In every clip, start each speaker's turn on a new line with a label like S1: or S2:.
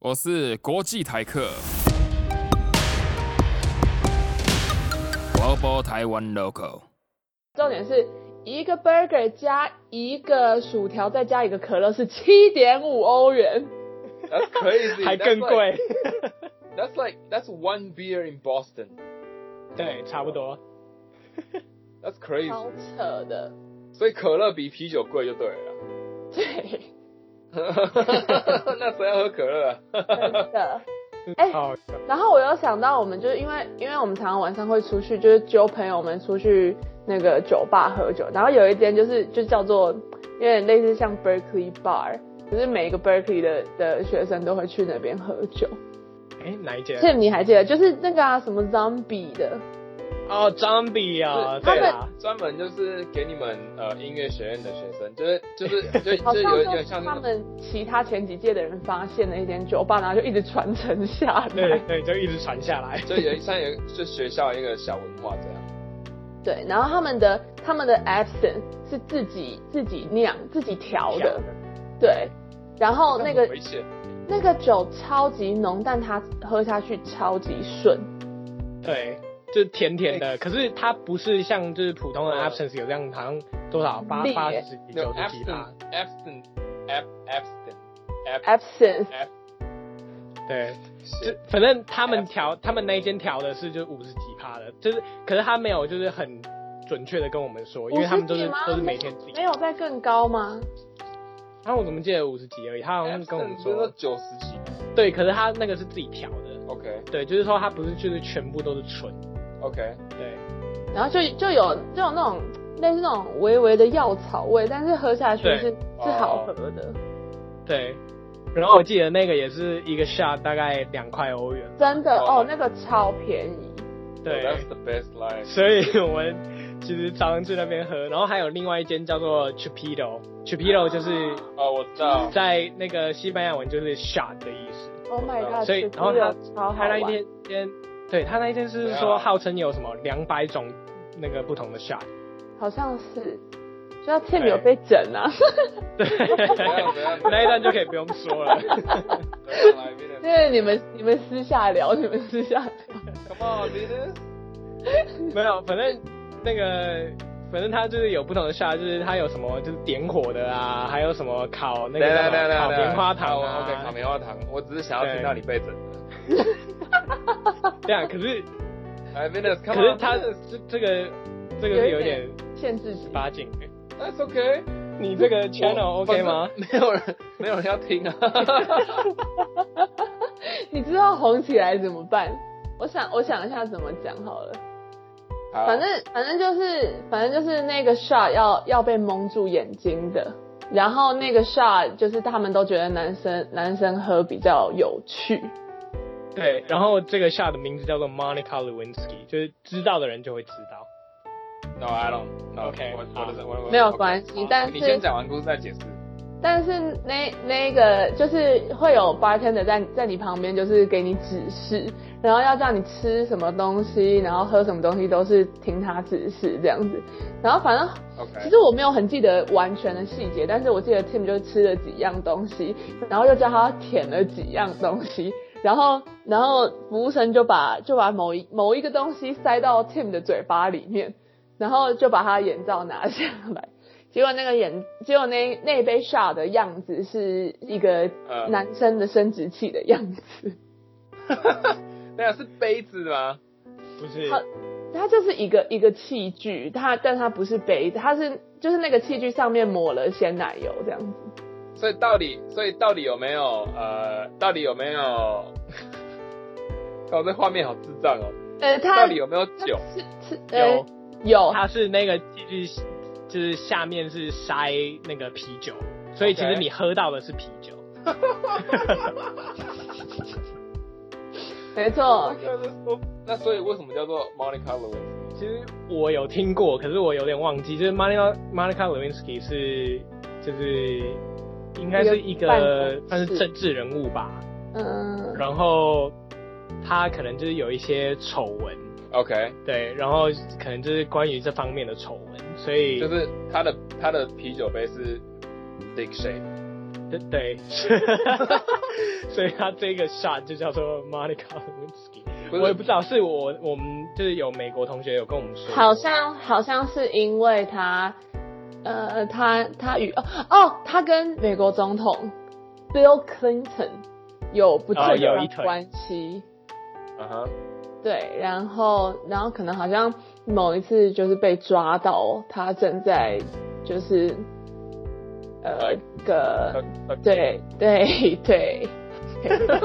S1: 我是国际台客。我播台湾 local。
S2: 重点是一个 burger 加一个薯条再加一个可乐是七点五欧元，
S3: That's crazy.
S4: 还
S3: That's
S4: 更
S3: like-
S4: 贵。
S3: that's like that's one beer in Boston.
S4: 对，差不多。
S3: That's crazy.
S2: 超扯的。
S3: 所以可乐比啤酒贵就对 了。
S2: 对，
S3: 那谁要喝可乐、啊？
S2: 真的。哎
S4: 哦，
S2: 然后我又想到，我们就是因为，因为我们常常晚上会出去，就是揪朋友们出去那个酒吧喝酒。然后有一间就是就叫做有点类似像 Berkeley Bar，就是每一个 Berkeley 的的学生都会去那边喝酒。
S4: 哎，哪一间？
S2: 这你还记得？就是那个啊什么 Zombie 的，
S4: 哦，Zombie 啊，
S3: 是他
S4: 对
S3: 们
S4: 啊，
S3: 专门就是给你们呃音乐学院的学生，就是就是 就
S2: 好
S3: 就
S2: 像
S3: 有有
S2: 就
S3: 点
S2: 是
S3: 像
S2: 他
S3: 那种
S2: 们其他前几届的人发现的一间酒吧，然后就一直传承下
S4: 对
S2: 来。
S4: 对，就一直传下来。
S3: 就有像有就学校一个小文化这样。
S2: 对，然后他们的他们的 absinthe 是自己自己酿、自己调的，对。然后哦那个
S3: 很危险，
S2: 那个酒超级浓，但它喝下去超级顺。
S4: 对，就是甜甜的，可是它不是像就是普通的
S3: 嗯
S4: absence 有这样，好像多少八
S2: 烈
S4: 八十几
S3: 那
S4: 九
S3: 种
S4: 十几吧
S3: absent。absent ab absent ab
S2: absinthe
S3: ab
S4: 对，就
S3: shit
S4: 反正他们调，他们那一间调的是就五十几趴的，就是可是他没有就是很准确的跟我们说，因为他们都
S2: 50
S4: 是
S2: 几吗
S4: 都是每天自己
S2: 没。有再更高吗？
S4: 然后我怎么记得五十几而已，他好像
S3: absent
S4: 跟我们
S3: 不是说
S4: 说，
S3: 九十几
S4: 对，可是他那个是自己调的，
S3: ，OK
S4: 对，就是说他不是就是全部都是纯，
S3: OK，
S4: 对，
S2: 然后就就有就有那种类似那种微微的药草味，但是喝下去
S4: 对
S2: 是是好喝的，
S3: 哦
S4: 对，然后我记得那个也是一个 shot 大概两块欧元，
S2: 真的
S3: 哦
S2: 哦，那个超便宜。
S4: 对
S3: that's the best life。
S4: 所以我们其实常常去那边喝，然后还有另外一间叫做 Chupido，Chupido 就是
S3: 哦，我知道，
S4: 在那个西班牙文就是 shot 的意思，
S2: Oh my
S3: 嗯
S2: god！
S4: 所以
S2: 这
S4: 然后它
S2: 个超好
S4: 他
S2: 玩
S4: 那一。天天，对他那一天是
S3: 对啊
S4: 说号称有什么两百种那个不同的 shot，
S2: 好像是，就他欠有被整啊，
S4: 对，
S3: 样怎样
S4: 那一段就可以不用说了。
S3: 对来宾
S2: 因为你们你们私下聊，你们私下聊。
S3: ，Come on，do this。
S4: 没有，反正那个，反正它就是有不同的下，就是它有什么就是点火的啊，还有什么烤那个
S3: 来
S4: 叫什么
S3: 来来来
S4: 烤
S3: 来，
S4: 棉花糖
S3: 好，OK，烤
S4: 啊，
S3: 棉花糖。我只是想要听到你被整的。
S4: 这样。啊可是
S3: 来，Venus，Come
S4: 可
S3: on。
S4: 是它的这这个这个是有点
S2: 限制级，
S4: 八禁的。
S3: That's OK。
S4: 你这个 channel OK 吗？？
S3: 没有人，没有人要听啊。
S2: 你知道红起来怎么办？我想我想一下怎么讲好了。
S3: 好
S2: 反正反正就是反正就是那个 shot 要要被蒙住眼睛的，然后那个 shot 就是他们都觉得男生男生喝比较有趣，
S4: 对，然后这个下的名字叫做 Monica Lewinsky，就是知道的人就会知道。
S3: ，No，I don't。
S4: OK，
S3: 我
S4: 好
S3: 我的我我
S2: 没有
S3: OK，
S2: 关系
S3: 好
S2: 但是
S3: 你先讲完故事再解释。
S2: 但是那那个就是会有 bartender 在在你旁边，就是给你指示，然后要叫你吃什么东西，然后喝什么东西都是听他指示这样子。然后反正
S3: OK
S2: 其实我没有很记得完全的细节，但是我记得 Tim 就吃了几样东西，然后又叫他舔了几样东西，然后然后服务生就把就把某一某一个东西塞到 Tim 的嘴巴里面，然后就把他眼罩拿下来。结果那个眼，结果那那一杯 shot 的样子是一个
S3: 呃
S2: 男生的生殖器的样子，
S3: 对啊，是杯子吗？
S4: 不是，
S2: 好它就是一个一个器具，它但它不是杯子，它是就是那个器具上面抹了鲜奶油这样子。
S3: 所以到底，所以到底有没有呃，到底有没有？哦，这画面好智障哦！
S2: 呃，它
S3: 到底有没有酒？
S2: 是是
S4: 有
S2: 呃有
S4: 它是那个就是就是下面是塞那个啤酒，所以其实
S3: OK
S4: 你喝到的是啤酒。
S2: 没错，
S3: 那所以为什么叫做 Monica Lewinsky？
S4: 其实我有听过，可是我有点忘记，就是 Monica Monica Lewinsky 是就是应该是一
S2: 一个办公
S4: 个
S2: 室
S4: 算是政治人物吧，
S2: 嗯，
S4: 然后他可能就是有一些丑闻，
S3: OK，
S4: 对，然后可能就是关于这方面的丑闻，所以
S3: 就是他的他的啤酒杯是 Dick shape，
S4: 对 对，所以他这个 shot 就叫做 Monica Lewinsky。
S3: 不是
S4: 我也不知道，是我我们就是有美国同学有跟我们说，
S2: 好像好像是因为他，呃，他他与哦哦，他跟美国总统 Bill Clinton 有不
S4: 哦
S2: 正
S4: 有
S2: 当
S4: 一腿
S2: 关系，
S3: 嗯哼，
S2: 对，然后然后可能好像某一次就是被抓到他正在就是呃
S3: 呃
S2: 个
S3: 呃
S2: 对对 对，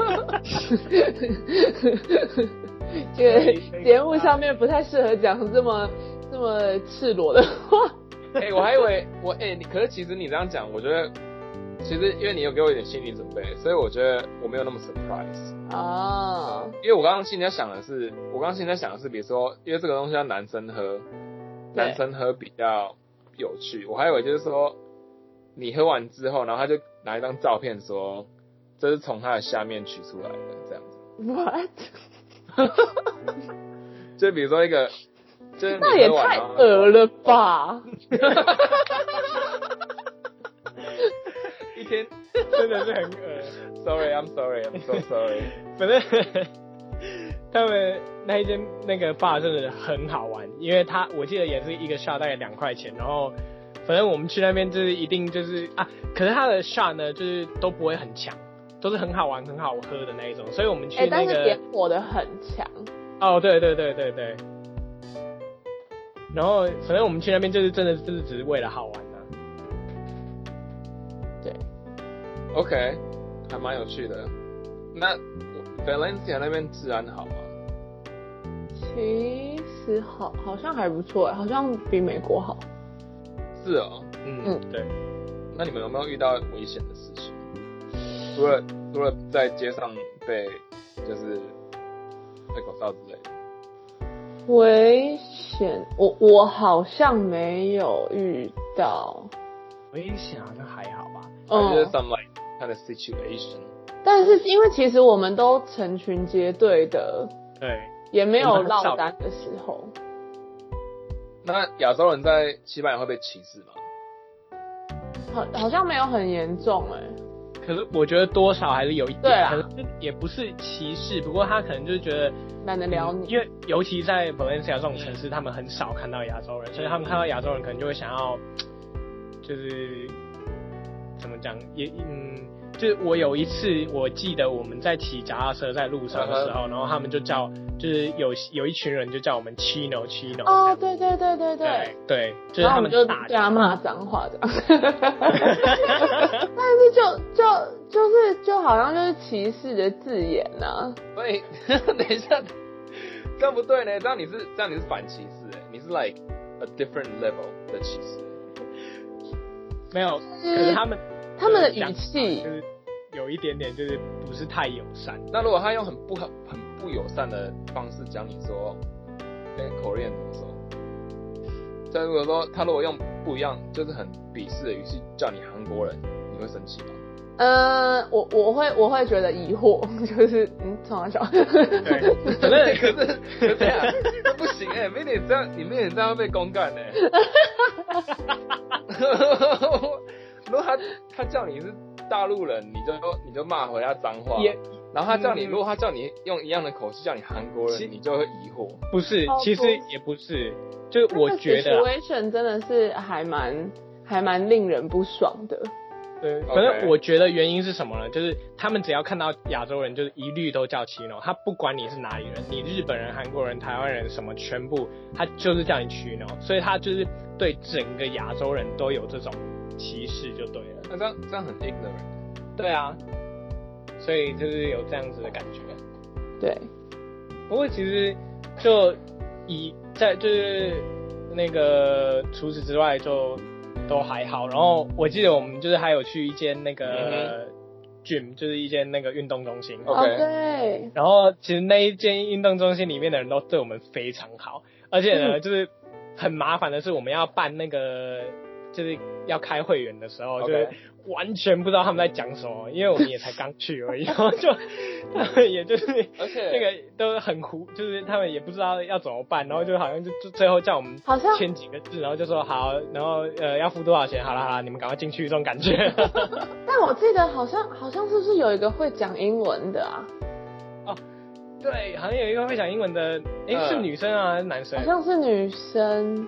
S2: 这个节目上面不太适合讲这么这么赤裸的话。
S3: 哎、我还以为我哎、你可是其实你这样讲，我觉得其实因为你有给我一点心理准备，所以我觉得我没有那么 surprise。
S2: 哦，
S3: 因为我刚刚心里在想的是，我刚刚心里在想的是，比如说，因为这个东西要男生喝，
S2: 对
S3: 男生喝比较有趣。我还以为就是说，你喝完之后，然后他就拿一张照片说，这是从他的下面取出来的，这样子。
S2: what？
S3: 就比如说一个，就是
S2: 那也
S3: 你喝完
S2: 太
S3: 然后
S2: 恶了吧！
S3: 一天
S4: 真的是很恶。
S3: ，sorry，I'm sorry，I'm so sorry。
S4: 反正 他们那一间那个爸真的很好玩，因为他我记得也是一个 shot 大概两块钱，然后反正我们去那边就是一定就是啊，可是他的 shot 呢就是都不会很强，都是很好玩很好喝的那一种，所以我们去
S2: 哎、
S4: 那
S2: 但是
S4: 个、
S2: 点火的很强，
S4: 哦，对对对对对。然后，反正我们去那边就是真的就是只是为了好玩啊。
S2: 对，
S3: OK，还蛮有趣的。那 Valencia 那边治安好吗？
S2: 其实好好像还不错，好像比美国好。
S3: 是哦，
S4: 嗯
S2: 嗯，
S4: 对。
S3: 那你们有没有遇到危险的事情？除了除了在街上被就是被狗盗之类的，
S2: 危险，我我好像没有遇到，
S4: 危险好像还好吧。
S3: 还是
S2: 嗯，
S3: some like kind of situation？
S2: 但是因为其实我们都成群结队的，
S4: 对，
S2: 也没
S4: 我
S2: 有
S4: 们很少
S2: 落单的时候，
S3: 那亚洲人在西班牙会被歧视吗？
S2: 好好像没有很严重哎、
S4: 可是我觉得多少还是有一点，
S2: 对啊
S4: 可能也不是歧视，不过他可能就是觉得嗯
S2: 懒得聊你。
S4: 因为尤其在 Valencia 这种城市，他们很少看到亚洲人，所以他们看到亚洲人可能就会想要，就是怎么讲，也嗯，就是我有一次我记得我们在骑脚踏车在路上的时候，然后他们就叫，就是有有一群人就叫我们 Chino Chino
S2: 哦，对对对对
S4: 这样
S2: 对，
S4: 对嗯对，就是
S2: 然后
S4: 他
S2: 我们
S4: 们
S2: 就
S4: 打
S2: 对他骂脏话的， 但是就就就是就好像就是歧视的字眼呐、啊，
S3: 所以 等一下，这样不对呢。这样你是这样你是反歧视哎、你是 like a different level 的歧视。
S4: 没有，
S2: 是
S4: 可是他们
S2: 他们的
S4: 讲
S2: 语
S4: 法
S2: 气
S4: 就是有一点点就是不是太友善，
S3: 那如果他用很不很很不友善的方式讲你说，跟口令怎么说？但如果说他如果用不一样，就是很鄙视的语气叫你韩国人，你会生气吗？
S2: 呃，我我会我会觉得疑惑， 就是嗯，从小
S4: 对，可是
S3: 可是可是这样，这不行哎、欸，没你这样，你没你这样会被公干哎、 如果他他叫你是大陆人，你就你就骂回他脏话。
S4: 也
S3: 然后他叫你，
S4: 嗯
S3: 如果他叫你用一样的口气叫你韩国
S4: 其
S3: 人，你就会疑惑。
S4: 不是
S2: 哦，
S4: 其实
S2: 不
S4: 也不是，就是我觉得啊啦，
S2: situation 真的是还蛮还蛮令人不爽的。
S4: 对，
S3: OK
S4: 反正我觉得原因是什么呢？就是他们只要看到亚洲人，就是一律都叫奇诺，他不管你是哪里人，你日本人、韩国人、台湾人什么，全部他就是叫你奇诺，哦所以他就是对整个亚洲人都有这种歧视就对了。
S3: 那这样这样很 ignorant。
S4: 对啊，所以就是有这样子的感觉。
S2: 对，
S4: 不过其实就以在就是那个除此之外就都还好。然后我记得我们就是还有去一间那个 gym，就是一间那个运动中心。
S3: OK
S2: 哦对，
S4: 然后其实那一间运动中心里面的人都对我们非常好，而且呢，就是很麻烦的是我们要办那个就是要开会员的时候
S3: OK
S4: 就是完全不知道他们在讲什么，因为我们也才刚去而已，然后就 他们也就是
S3: 而且
S4: 那个都很糊，就是他们也不知道要怎么办，然后就好像就就最后叫我们
S2: 好像
S4: 签几个字，然后就说好，然后呃要付多少钱，好了好了，你们赶快进去这种感觉。
S2: 但我记得好像好像是不是有一个会讲英文的啊？
S4: 对，好像有一个会讲英文的，诶，
S3: 嗯
S4: 是女生啊还是男生
S2: 好？像是女生，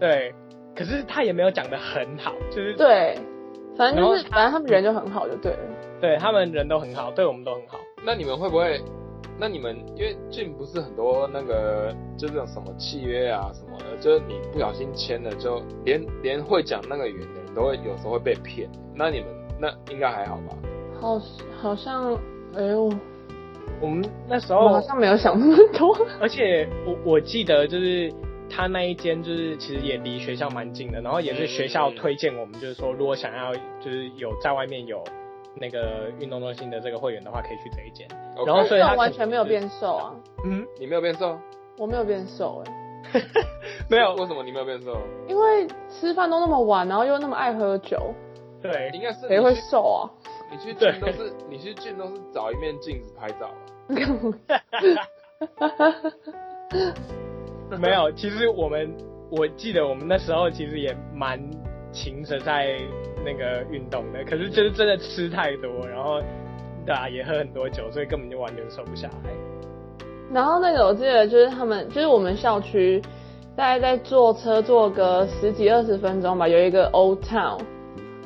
S4: 对，可是他也没有讲的很好，就是
S2: 对，反正就
S4: 然
S2: 是反正他们人就很好就对了。
S4: 对他们人都很好，对我们都很好。
S3: 那你们会不会？那你们因为 Jim 不是很多那个就这种什么契约啊什么的，就是你不小心签了就连连会讲那个语言的人都会有时候会被骗。那你们那应该还好吧？
S2: 好，好像哎呦，
S4: 哦我们那时
S2: 我
S4: 候
S2: 好像没有想那么多。
S4: 而且我我记得就是他那一间就是其实也离学校蛮近的，然后也是学校推荐我们，就是说如果想要就是有在外面有那个运动中心的这个会员的话，可以去这一间。然后所以
S2: 但
S4: 他
S2: 我完全没有变瘦啊，
S4: 嗯，
S3: 你没有变瘦？
S2: 我没有变瘦哎、
S4: 没有，
S3: 为什么你没有变瘦？
S2: 因为吃饭都那么晚，然后又那么爱喝酒，
S4: 对
S3: 应该是
S2: 谁
S3: 你
S2: 会
S3: 去
S2: 瘦啊？
S3: 你去
S4: 哎对
S3: Jim 都是你去 Jim 都是找一面镜子拍照啊吧？
S4: 没有。其实我们我记得我们那时候其实也蛮勤着在那个运动的，可是就是真的吃太多，然后对啊也喝很多酒，所以根本就完全瘦不下来。
S2: 然后那个我记得就是他们，就是我们校区，大概在坐车坐个十几二十分钟吧，有一个 Old Town，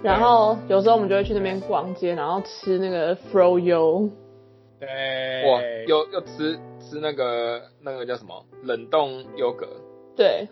S2: 然后有时候我们就会去那边逛街，然后吃那个 froyo，
S4: 对，
S3: 哇，又又吃吃那个那个叫什么冷冻优格？
S2: 对，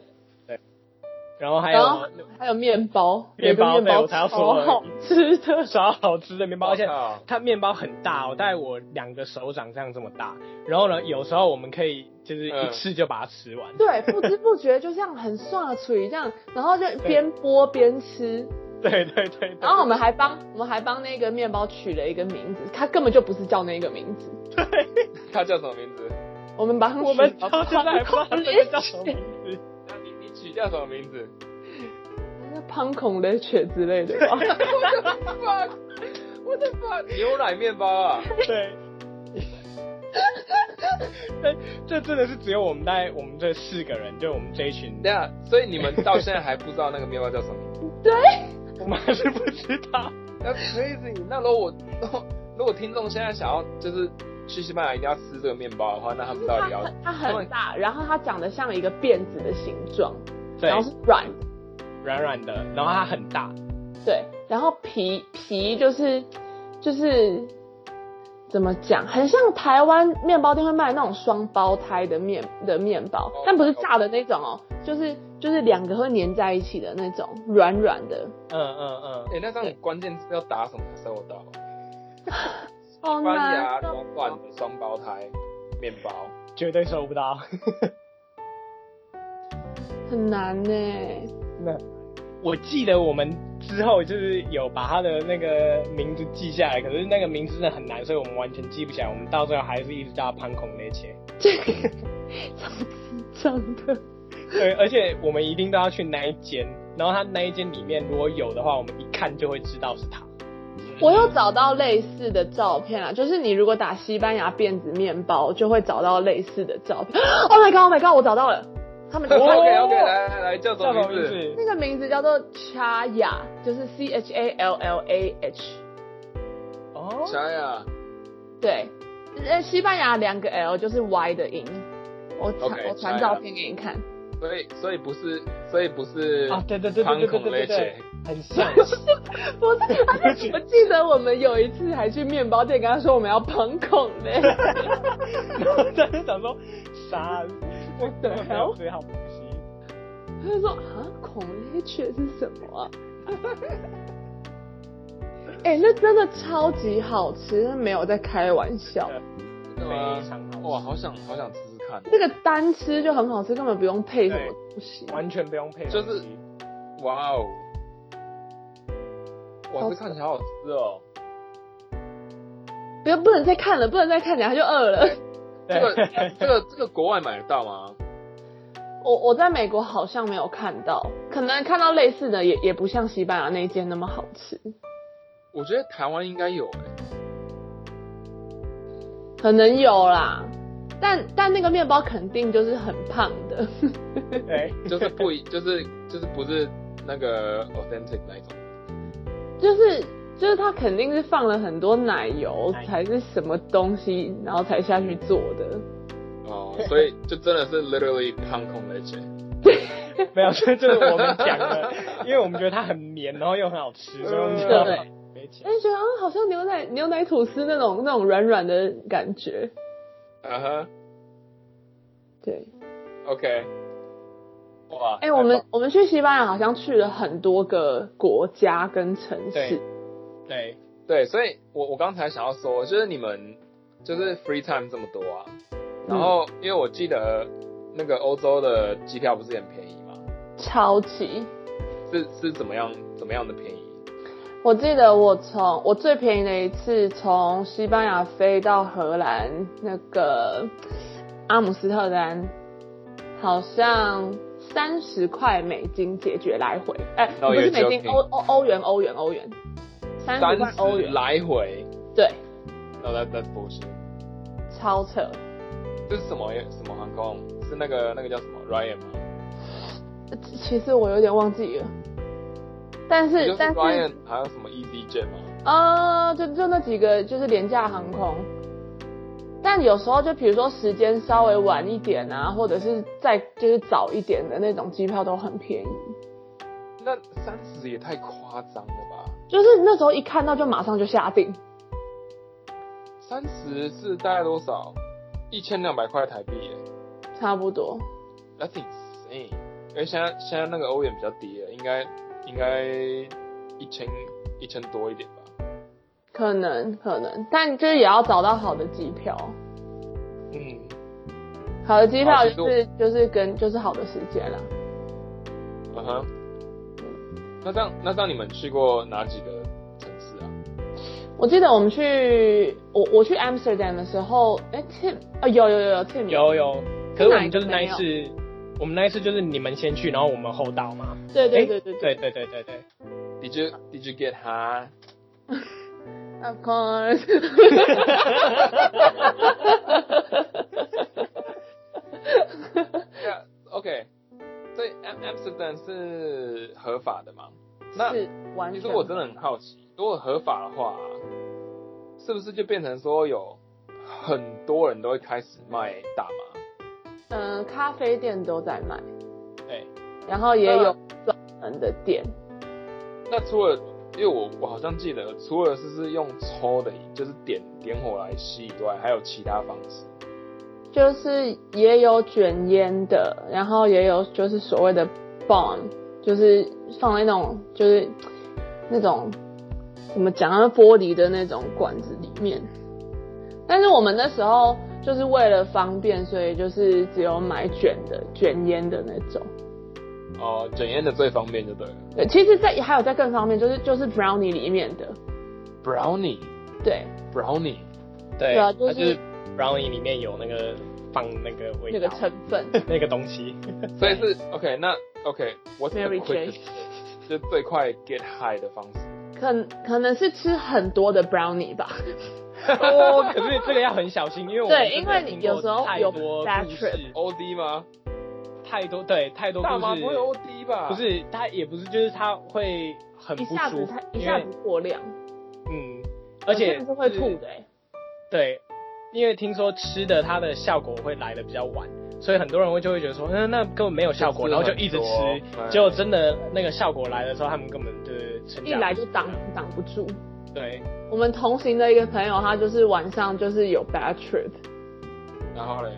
S4: 然后还
S2: 然后
S4: 有
S2: 还有面包，
S4: 面包
S2: 有一个面
S4: 对
S2: 包
S4: 我才要
S2: 超
S4: 说
S2: 好吃的，
S4: 超好吃的面包，而且
S3: 哇靠
S4: 它面包很大哦，大概我两个手掌这样这么大。然后呢，有时候我们可以就是一次就把它吃完。
S2: 对，不知不觉就这样很刷嘴这样，然后就边剥边吃，
S4: 对对对
S2: 然后我们还帮我们还帮那个面包取了一个名字，它根本就不是叫那个名字，
S3: 它叫什么名字？
S2: 我们把它
S4: 我们
S2: 取
S4: 到
S2: 了
S4: 现在还不知道这个叫什么名字。
S3: 那你你取叫什么名字？
S2: 潘孔的血之类的吧。
S3: 我的妈！牛奶面包啊！
S4: 对。对，这真的是只有我们在我们这四个人，就我们这一群，
S3: 对啊，所以你们到现在还不知道那个面包叫什么 名字？
S4: 我们还是不知道。
S3: 那 crazy！那如果我 如果如果听众现在想要就是去西班牙一定要吃这个面包的话，那他 们到
S2: 它
S3: 底 要
S2: 很它很大，然后它长得像一个辫子的形状，
S4: 对
S2: 然，后是软的，
S4: 软软的，然后它很大，
S2: 对，然后皮皮就是就是怎么讲，很像台湾面包店会卖那种双胞胎的面的面包
S3: 哦，
S2: 但不是炸的那种哦，就是就是两个会粘在一起的那种软软的，
S4: 嗯嗯嗯
S3: 哎、，那这样关键字要打什么才搜得到？
S2: 好
S3: 西班牙
S2: 难
S3: 软
S2: 哦。
S3: 软的双胞胎面包，
S4: 绝对收不到。
S2: 很难呢。
S4: 那我记得我们之后就是有把他的那个名字记下来，可是那个名字真的很难，所以我们完全记不起来。我们到最后还是一直叫他潘孔那些。
S2: 这个 超智障的，
S4: 对，而且我们一定都要去那一间，然后他那一间里面如果有的话，我们一看就会知道是他。
S2: 我有找到类似的照片啊，就是你如果打西班牙辫子面包，就会找到类似的照片。Oh my god，Oh my god，我找到了，他 们哦
S3: OK OK，来来来，哦叫什
S4: 叫什
S3: 么
S4: 么
S3: 名
S4: 名
S3: 字？
S4: 字？
S2: 那个名字叫做 Chaya，就是 C H A L L A H，
S4: 哦，
S3: 想呀，
S2: 对，呃，西班牙两个 L 就是 Y 的音。我传
S3: OK，
S2: 我传
S3: Chaya
S2: 照片给你看，
S3: 所以所以不是，所以不是
S4: 啊，对对对对对对对对对
S3: Pancolese
S4: 很像。
S2: 不是，而且我记得我们有一次还去面包店跟他说我们要捧孔的，
S4: 然后他就想说，啥？我怎么没有吃好东西？
S2: 他就说啊，孔雀雀是什么啊？ 哎、那真的超级好吃，那没有在开玩笑。
S3: 对啊
S4: 非常好吃
S3: 哇，好想好想吃吃看。
S2: 这个单吃就很好吃，根本不用配什么
S4: 对
S2: 东西。
S4: 完全不用配
S3: 就
S4: 东西，
S3: 是哇哦，哇，这看起来好好吃哦。
S2: 不要，不能再看了，不能再看，等下就饿了。
S3: 这个
S4: 对
S3: 这个这个国外买得到吗？
S2: 我我在美国好像没有看到，可能看到类似的也也不像西班牙那间那么好吃。
S3: 我觉得台湾应该有哎、
S2: 可能有啦，但但那个面包肯定就是很胖的，
S4: 对，
S3: 就是不一，就是就是不是那个 authentic 那一种。
S2: 就是就是它肯定是放了很多奶油
S4: 奶油
S2: 才是什么东西，然后才下去做的。
S3: 哦，所以就真的是 literally 胖空的钱。
S4: 没有， 这这是我们讲的，因为我们觉得它很绵，然后又很好吃，所以我们就
S2: 对
S4: 没钱
S2: 哎、。觉得啊，好像牛奶牛奶吐司那种那种软软的感觉。
S3: 啊哈
S2: 对，
S3: ，OK。哇，
S2: 哎、我
S3: 太
S2: 们
S3: 棒
S2: 我们去西班牙好像去了很多个国家跟城市
S4: 对，对，
S3: 对，所以我我刚才想要说，就是你们就是 free time 这么多啊，
S2: 嗯
S3: 然后因为我记得那个欧洲的机票不是很便宜吗？
S2: 超级。
S3: 是是怎么样怎么样的便宜？
S2: 我记得我从我最便宜的一次从西班牙飞到荷兰那个阿姆斯特丹，好像三十块美金解决来回，哎、
S3: 哦
S2: 不是美
S3: 也
S2: 金，
S3: 就
S2: 欧欧欧元欧元欧元，三十块欧
S3: 十
S2: 元，
S3: 来回
S2: 对，
S3: ？No, that that's bullshit。
S2: 超扯。
S3: 这是什么什么航空？是那个那个叫什么 Ryan 吗？
S2: 其实我有点忘记了，但
S3: 就是是
S2: 但是
S3: Ryan 还有什么 EasyJet 吗？
S2: 呃，就就那几个就是廉价航空，但有时候就比如说时间稍微晚一点啊，或者是再就是早一点的那种机票都很便宜。
S3: 那三十也太夸张了吧？
S2: 就是那时候一看到就马上就下定，
S3: 三十是大概多少？一千两百块台币耶
S2: 差不多。
S3: ，That's insane。因为现在现在那个欧元比较低了，应该应该一千一千多一点吧。
S2: 可能可能，但就是也要找到好的机票，
S3: 嗯，
S2: 好的机票
S3: 好其实
S2: 就
S3: 我
S2: 是就是跟就是好的时间啊啦。
S3: 嗯哼。那这样那这样你们去过哪几个城市啊？
S2: 我记得我们去我我去 Amsterdam 的时候，哎、Tim 啊、有有有有 Tim
S4: 有有，可是我们就是
S2: 哪
S4: 那
S2: 一
S4: 一
S2: 个
S4: 次，我们那一次就是你们先去，然后我们后到嘛。
S2: 对对
S4: 诶
S2: 对对对
S4: 对对对对对。
S3: Did you Did you get high？。
S2: Of course
S3: Yeah, OK，所以 Am Amsterdam 是合法的吗？ 那
S2: 是完
S3: 其
S2: 全。
S3: 实我真的很好奇，如果合法的话，是不是就变成说有很多人都会开始卖大麻？
S2: 嗯、咖啡店都在卖，
S3: 哎
S4: 对，
S2: 然后也有
S3: 嗯
S2: 专门的店。
S3: 那除了因为我我好像记得，除了是是用抽的，就是点点火来吸以外，还有其他方式。
S2: 就是也有卷烟的，然后也有就是所谓的 bomb，就是放在那种就是那种怎么讲啊玻璃的那种管子里面。但是我们那时候就是为了方便，所以就是只有买卷的卷烟的那种。
S3: 哦、卷烟的最方便就对了。
S2: 对，其实在还有在更方便，就是就是 brownie 里面的，
S3: Brownie
S2: 对
S3: Brownie，
S4: 对
S2: 对啊就
S4: 它就是
S2: 是
S4: brownie 里面有那个放那个味道，
S2: 那个 成分。
S4: 那个东西。
S3: 所以是 OK 那 OK，我
S2: Mary J
S3: 就最快 get high 的方式。
S2: 可可能是吃很多的 brownie 吧，
S4: 哦， 可是这个要很小心，因为我们
S2: 对
S4: 真的
S2: 因为你
S4: 听过
S2: 有时候
S4: 太
S2: 有
S4: 多
S2: bad
S4: 故
S2: trip
S4: 事，
S3: OD 吗？
S4: 太多对太多
S3: 大麻
S4: 故
S3: 不会
S4: 事，
S3: OD 吧？
S4: 不是它也不是，就是它会很
S2: 一
S4: 不
S2: 下
S4: 舒
S2: 子
S4: 服
S2: 它，一
S4: 因
S2: 下
S4: 为
S2: 子过量，
S4: 嗯，而且
S2: 甚至会吐的、欸。
S4: 对，因为听说吃的它的效果会来的比较晚，所以很多人会就会觉得说，嗯，那根本没有效果，
S3: 就吃
S4: 然后就
S3: 很
S4: 一直
S3: 多
S4: 吃，
S3: 对
S4: 结果真的那个效果来的时候，他们根本就是撑
S2: 一
S4: 架
S2: 来
S4: 不
S2: 就
S4: 住
S2: 挡挡不住。
S4: 对，
S2: 我们同行的一个朋友，他就是晚上就是有 bad trip，
S3: 然后嘞，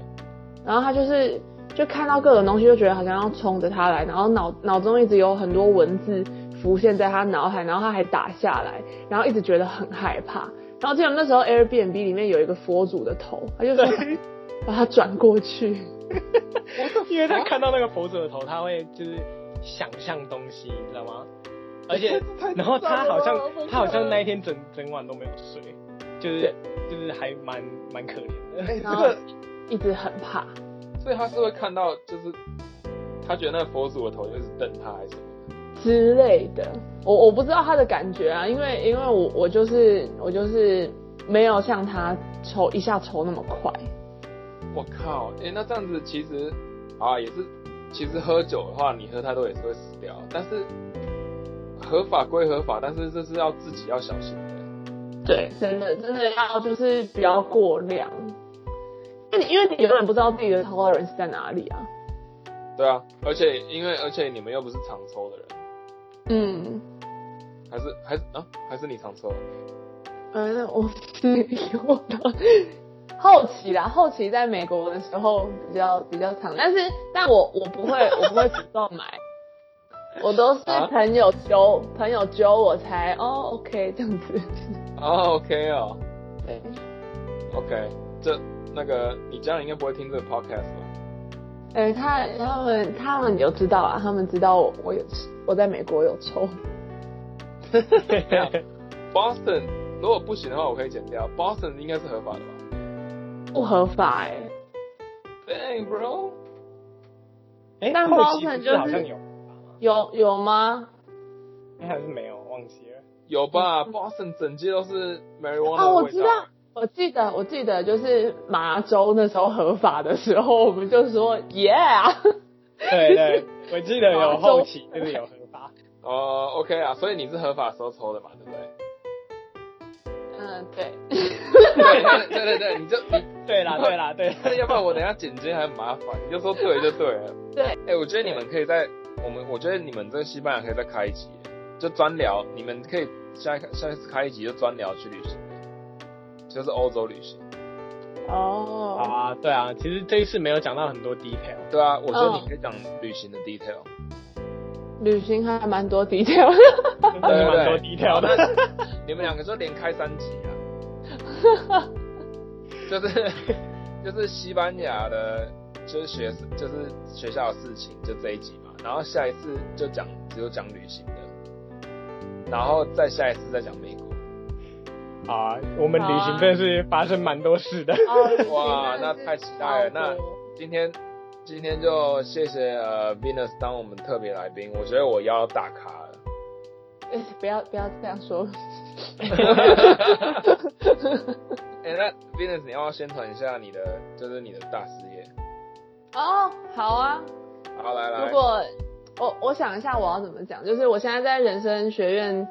S2: 然后他就是就看到各种东西，就觉得好像要冲着他来，然后脑脑中一直有很多文字浮现在他脑海，然后他还打下来，然后一直觉得很害怕。然后记得我们那时候 Airbnb 里面有一个佛祖的头，他就说 把它转过去，
S4: 因为他看到那个佛祖的头，他会就是想象东西，你知道吗？而且，然后他好像他好像那一天整整晚都没有睡，就是就是还蛮蛮可怜的。
S3: 哎、
S2: 然
S3: 这
S2: 后
S3: 个
S2: 一直很怕。
S3: 所以他是会看到，就是他觉得那个佛祖的头就是瞪他还是什么？
S2: 之类的。我我不知道他的感觉啊，因为因为我我就是我就是没有像他抽一下抽那么快。
S3: 我靠，哎、那这样子其实啊也是，其实喝酒的话，你喝太多也是会死掉，但是合法归合法，但是这是要自己要小心的。
S2: 对，真的真的要就是不要过量。那你因为你永远不知道自己的 tolerance 在哪里啊。
S3: 对啊，而且因为而且你们又不是常抽的人，
S2: 嗯，
S3: 还是还是啊还是你常抽，
S2: 嗯，那我是有的。后期啦，后期在美国的时候比较比较长，但是但我我不 会我不会主动买，我都是
S3: 啊
S2: 朋友揪、朋友揪我才哦 OK 这样子。
S3: 哦，OK 哦
S2: 对，
S3: ，OK，这那个你家人应该不会听这个 podcast 吧？
S2: 哎、他他们他们有知道啊，他们知道我我有我在美国有抽，
S3: Boston 如果不行的话，我可以剪掉。Boston 应该是合法的吧
S2: 不合法哎、
S3: ？Dang bro，
S4: 哎，
S2: 但
S4: 后期
S2: Boston
S4: 不
S2: 就是
S4: 是好像有，
S2: 有有吗？
S4: 哎还是没有，忘记 了。
S3: 有吧？Boston 整街都是 marijuana
S2: 嗯啊，
S3: 的
S2: 我
S3: 味
S2: 知
S3: 道。
S2: 道，我记得，我记得，就是麻州那时候合法的时候， 我们就说 Yeah，
S4: 对对，我记得有后期就是有合法。
S3: 哦、o k 啊，所以你是合法时候抽的嘛，对不对？
S2: 嗯，对，
S3: 对对对对对，你就你，
S4: 对 啦对啦对啦，
S3: 要不然我等一下剪接还很麻烦，你就说对就对了。
S2: 对
S3: 哎、我觉得你们可以在我们，我觉得你们这个西班牙可以再开一集，就专聊，你们可以下一下一次开一集就专聊去旅行，就是欧洲旅行。
S4: 好
S2: 哦，
S4: 啊，对啊，其实这一次没有讲到很多 detail。
S3: 对啊，我觉得
S2: 嗯
S3: 你可以讲旅行的 detail。
S2: 旅行还蛮多 detail 的，
S4: 真的是蛮多低调的。
S3: 你们两个就连开三集啊， 就是就是西班牙的，就是学就是学校的事情，就这一集嘛。然后下一次就讲只有讲旅行的，然后再下一次再讲美国。
S4: 好啊，我们旅行真的是发生蛮多事的。
S2: 哦
S3: 哇，那太期待了。那
S2: 旅行真的是超多
S3: 今天今天就谢谢呃 Venus 当我们特别来宾，我觉得我腰打卡了。
S2: 哎不要不要这样说，
S3: 哎、那 Venus 你要不要宣传一下你的就是你的大事业？
S2: 哦，好啊，
S3: 好，来来。
S2: 如果我我想一下我要怎么讲，就是我现在在人生学院，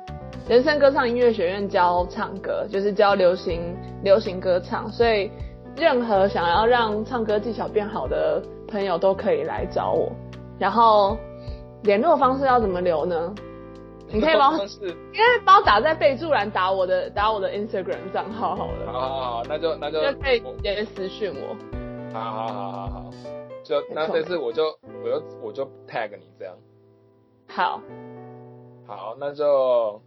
S2: 人生歌唱音乐学院教唱歌，就是教流行流行歌唱，所以任何想要让唱歌技巧变好的朋友都可以来找我。然后联络方式要怎么留呢？你可以帮我，
S3: 方式，
S2: 因为帮我打在备注栏，打我的打我的 Instagram 账号好
S3: 好
S2: 了，
S3: 好好，那就那就
S2: 就可以
S3: 我
S2: 直接私讯我。
S3: 好好好好好，就那
S2: 没错
S3: 这次我就我就我就 tag 你这样，
S2: 好，
S3: 好，那就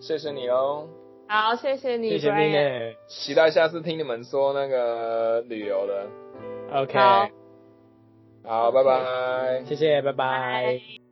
S3: 谢谢你喽，
S2: 好，谢谢你，
S4: 谢谢
S2: Brian
S4: Mina。
S3: 期待下次听你们说那个旅游的，
S4: OK，
S2: 好
S3: 好，拜拜。
S4: 谢谢，拜拜。